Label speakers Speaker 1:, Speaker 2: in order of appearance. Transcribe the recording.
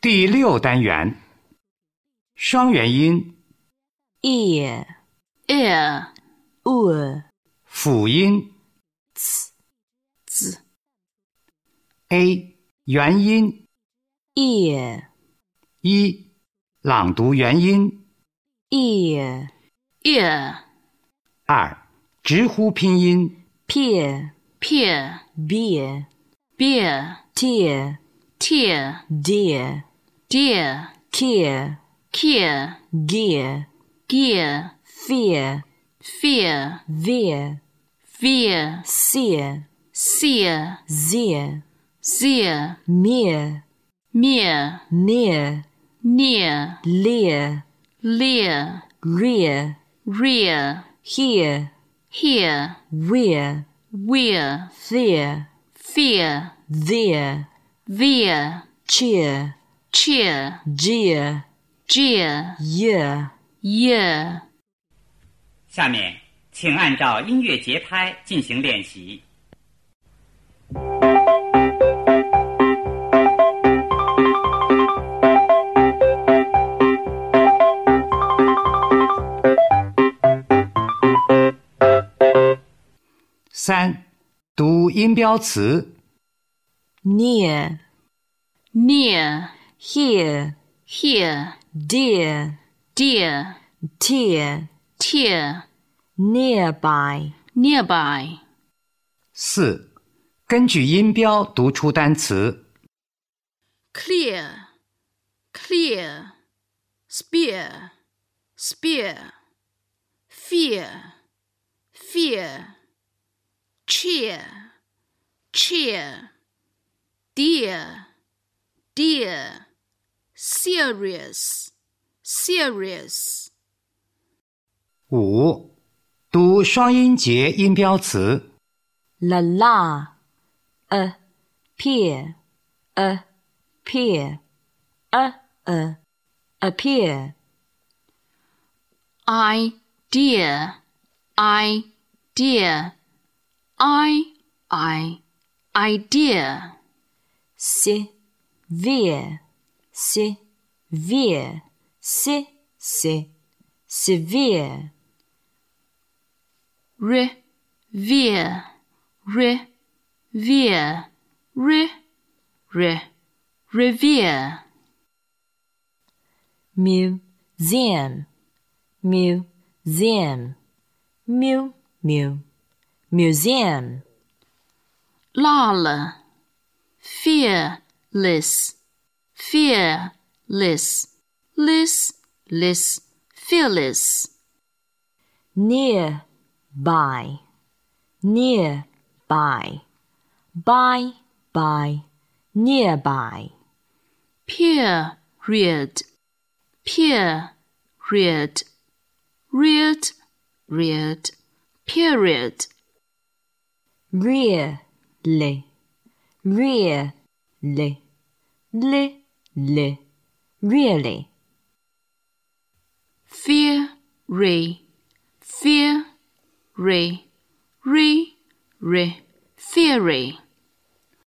Speaker 1: 第六单元，双元音、
Speaker 2: ear,
Speaker 3: ear,
Speaker 2: ur,
Speaker 1: 辅音
Speaker 3: z,
Speaker 1: a 元音
Speaker 2: ear,
Speaker 1: 一，朗读元音
Speaker 2: ear,
Speaker 3: ear,
Speaker 1: 二，直呼拼音
Speaker 2: peer,
Speaker 3: peer,
Speaker 2: beer,
Speaker 3: beer,
Speaker 2: tear,
Speaker 3: tear,
Speaker 2: dear,
Speaker 3: deer,
Speaker 2: care,
Speaker 3: care,
Speaker 2: gear,
Speaker 3: gear,
Speaker 2: fear,
Speaker 3: fear,
Speaker 2: veer,
Speaker 3: veer,
Speaker 2: seer,
Speaker 3: seer,
Speaker 2: zeer,
Speaker 3: zeer,
Speaker 2: mere,
Speaker 3: mere,
Speaker 2: near,
Speaker 3: near,
Speaker 2: leer,
Speaker 3: leer,
Speaker 2: rear,
Speaker 3: rear,
Speaker 2: here,
Speaker 3: here,
Speaker 2: we're,
Speaker 3: we're,
Speaker 2: fear,
Speaker 3: fear,
Speaker 2: there,
Speaker 3: veer,
Speaker 2: cheer,
Speaker 3: cheer,
Speaker 2: jeer,
Speaker 3: jeer,
Speaker 2: year.
Speaker 3: year.
Speaker 4: 下面，请按照音乐节拍进行练习。
Speaker 1: 三，读音标词
Speaker 2: near,
Speaker 3: Near,
Speaker 2: here,
Speaker 3: here,
Speaker 2: dear,
Speaker 3: dear,
Speaker 2: tear,
Speaker 3: tear,
Speaker 2: nearby,
Speaker 3: nearby.
Speaker 1: 四，根据音标读出单词
Speaker 3: clear, clear, spear, spear, fear, fear, cheer, cheer, dear, dear, serious, serious,
Speaker 1: 五，读双音节音标词
Speaker 2: la la, a, peer, a, peer, a, a, appear,
Speaker 3: idea, idea, I, I, idea.
Speaker 2: severe, severe, se, se, severe,
Speaker 3: revere, revere, re, re, revere,
Speaker 2: museum, museum, mu, mu, museum.
Speaker 3: lala, fearless, fearless, less, less, fearless,
Speaker 2: near by near by by by nearby
Speaker 3: period, period, reared, reared, period,
Speaker 2: really really li li really
Speaker 3: fear, re, fear, re, re, re, theory.